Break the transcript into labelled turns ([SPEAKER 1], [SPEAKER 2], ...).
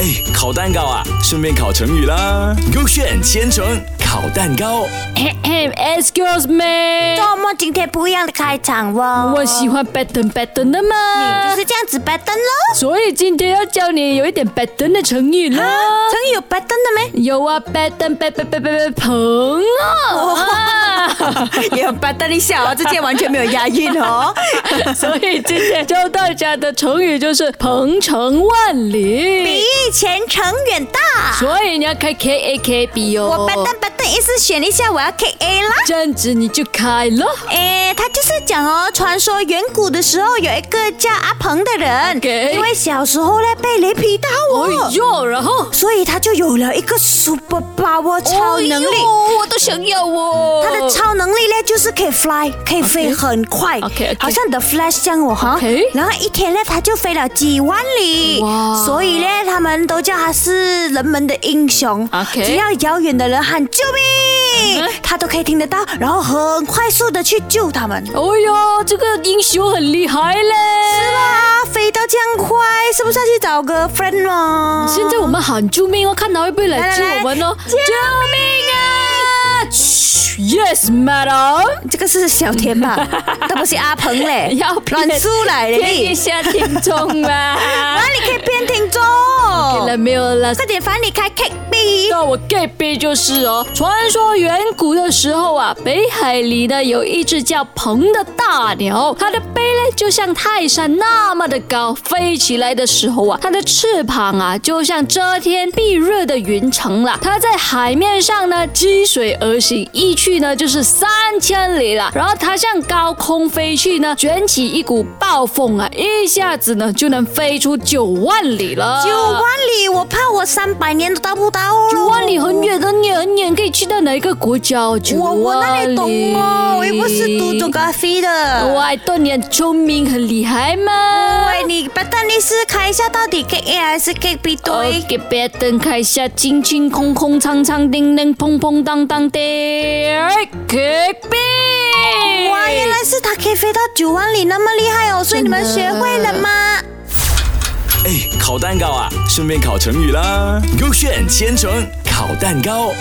[SPEAKER 1] 哎，烤蛋糕啊，顺便烤成语啦。勾选千层烤蛋糕，
[SPEAKER 2] Excuse me，
[SPEAKER 3] 做么今天不一样的开场哦？
[SPEAKER 2] 我喜欢 pattern pattern 的
[SPEAKER 3] 你
[SPEAKER 2] 嘛
[SPEAKER 3] 就，是这样子拜登喽。
[SPEAKER 2] 所以今天要教你有一点 pattern 的成语
[SPEAKER 3] 啊
[SPEAKER 2] 啦。
[SPEAKER 3] 成语有拜登的没？
[SPEAKER 2] 有啊，pattern pattern pattern 朋友 啊，
[SPEAKER 3] 也 有拜登一下哦，这件完全没有押韵哦。
[SPEAKER 2] 所以今天教大家的成语就是鹏程万
[SPEAKER 3] 比
[SPEAKER 2] 里。
[SPEAKER 3] 前程远大。
[SPEAKER 2] 所以你要开 K A K B 哦，
[SPEAKER 3] 我拜登拜登意思选一下，我要 K A 啦。
[SPEAKER 2] 这样子你就开了。
[SPEAKER 3] 诶，他就是讲哦，传说远古的时候有一个叫阿鹏的人
[SPEAKER 2] OK
[SPEAKER 3] 因为小时候呢被雷劈到
[SPEAKER 2] 哎
[SPEAKER 3] 哦，
[SPEAKER 2] 呦，然后
[SPEAKER 3] 所以他就有了一个 super power 超能力。
[SPEAKER 2] 哎呦我都想要哦。
[SPEAKER 3] 他的超能力呢，就是可以 fly，可以飞很快
[SPEAKER 2] OK，OK
[SPEAKER 3] 好像 The Flash 这样哦哈。
[SPEAKER 2] OK
[SPEAKER 3] 然后一天呢，他就飞了几万里，
[SPEAKER 2] 哇
[SPEAKER 3] 所以呢，他们都叫他是人们的英雄。
[SPEAKER 2] OK
[SPEAKER 3] 只要遥远的人喊救命
[SPEAKER 2] 嗯哼，
[SPEAKER 3] 他都可以听得到，然后很快速的去救他们。
[SPEAKER 2] 哦哟，这个英雄很厉害嘞！是
[SPEAKER 3] 啊，飞到这样快，是不是要去找个 friend 哦？
[SPEAKER 2] 现在我们喊救命哦，看他会不会
[SPEAKER 3] 来
[SPEAKER 2] 来
[SPEAKER 3] 来
[SPEAKER 2] 救
[SPEAKER 3] 来
[SPEAKER 2] 我们哦！
[SPEAKER 3] 救
[SPEAKER 2] 命啊嘘！Yes, madam。
[SPEAKER 3] 这个是小 田吧？这不是阿鹏嘞，
[SPEAKER 2] 要
[SPEAKER 3] 乱出来的
[SPEAKER 2] 骗一
[SPEAKER 3] 你，
[SPEAKER 2] 下听众啊！
[SPEAKER 3] 哪 里可以边听众？
[SPEAKER 2] 好了没有了？
[SPEAKER 3] 快点烦你开 K B。
[SPEAKER 2] 那我 gay 杯就是哦。传说远古的时候啊，北海里呢有一只叫鹏的大鸟，它的背呢就像泰山那么的高，飞起来的时候啊，它的翅膀啊就像遮天蔽日的云层啦。它在海面上呢积水而行，一去呢就是三千里了。然后它向高空飞去呢，卷起一股暴风啊，一下子呢就能飞出九万里了。
[SPEAKER 3] 九万里，我怕我三百年都到不到哦。
[SPEAKER 2] 九万里很。远很远很远，可以去到哪一个国家哦？九
[SPEAKER 3] 我
[SPEAKER 2] 万里，
[SPEAKER 3] 我哪里懂哦？我又不是读 geography 的。
[SPEAKER 2] 哇，豆你很聪明，很厉害嘛。
[SPEAKER 3] 喂，你不但你是开一下，到底 K A 还是 K B
[SPEAKER 2] 哦
[SPEAKER 3] 对？
[SPEAKER 2] 给别灯开一下，清清空空，苍苍叮叮，砰砰当当哎的，可比。
[SPEAKER 3] 哇，原来是它可以飞到九万里，那么厉害哦！所以你们学会了吗？
[SPEAKER 1] 哎，烤蛋糕啊，顺便烤成语啦。勾选千层烤蛋糕。